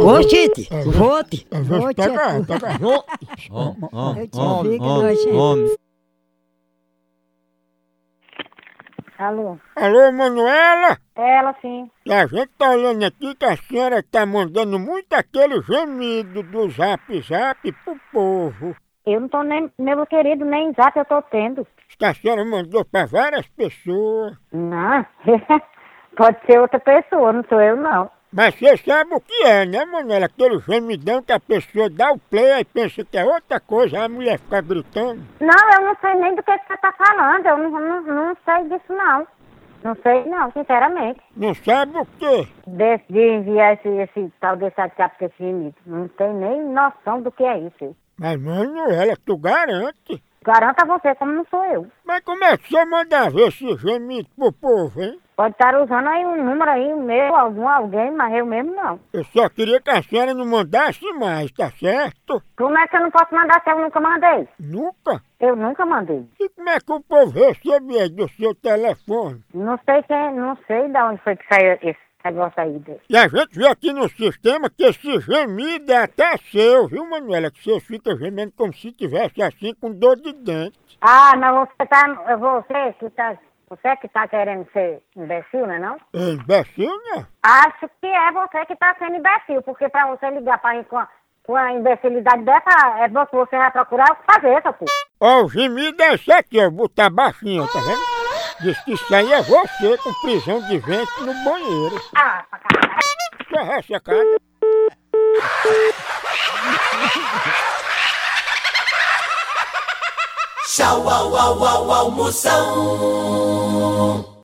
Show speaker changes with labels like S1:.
S1: Ô, Chite, vote.
S2: Às vezes
S1: Vote
S2: pega,
S1: a tua-
S2: pega.
S1: Eu
S3: Homem, homem,
S1: te vi
S3: homem,
S1: que nós
S3: homem,
S1: chegamos.
S3: homem.
S4: Alô? É
S2: Alô, Manuela?
S4: Ela sim.
S2: E a gente tá olhando aqui que a senhora tá mandando muito aquele gemido do zap zap pro povo.
S4: Eu não tô nem, meu querido, nem zap eu tô tendo.
S2: Diz Que a senhora mandou pra várias pessoas.
S4: Não. Pode ser outra pessoa, não sou eu não.
S2: Mas você sabe o que é, né, Manuela? Aquele gemidão que a pessoa dá o play e pensa que é outra coisa, aí a mulher fica gritando.
S4: Não, eu não sei nem do que que você tá falando. Eu não, não, não sei disso não. Não sei não, sinceramente.
S2: Não sabe o quê?
S4: De, de enviar esse, esse tal desse WhatsApp pra esse menino. Não tem nem noção do que é isso.
S2: Mas, Manuela, tu garante.
S4: Garanto a você, como não sou eu.
S2: Mas como é que você manda ver esse gemido pro povo, hein?
S4: Pode estar usando aí um número aí, o meu, algum, alguém, mas eu mesmo não.
S2: Eu só queria que a senhora não mandasse mais, tá certo?
S4: Como é que eu não posso mandar se eu nunca mandei?
S2: Nunca.
S4: Eu nunca mandei.
S2: E como é que o povo recebe aí do seu telefone?
S4: Não sei quem, não sei de onde foi que saiu esse negócio aí. dele.
S2: E a gente vê aqui no sistema que esse gemido é até seu, viu, Manuela? Que você fica gemendo como se tivesse assim com dor de dente.
S4: Ah, mas você tá, você que tá, você que tá querendo ser imbecil, né não?
S2: É imbecil, né?
S4: Acho que é você que tá sendo imbecil, porque pra você ligar pra mim com a, com a imbecilidade dessa, é bom que você vai procurar o que fazer, seu cu.
S2: Ó, o gemido é esse aqui, ó, botar baixinho, tá vendo? Diz que isso aí é você com prisão de ventre no banheiro.
S4: Ah, pra caralho.
S2: Só ressecada.
S5: Tchau, au, au, au, almoção.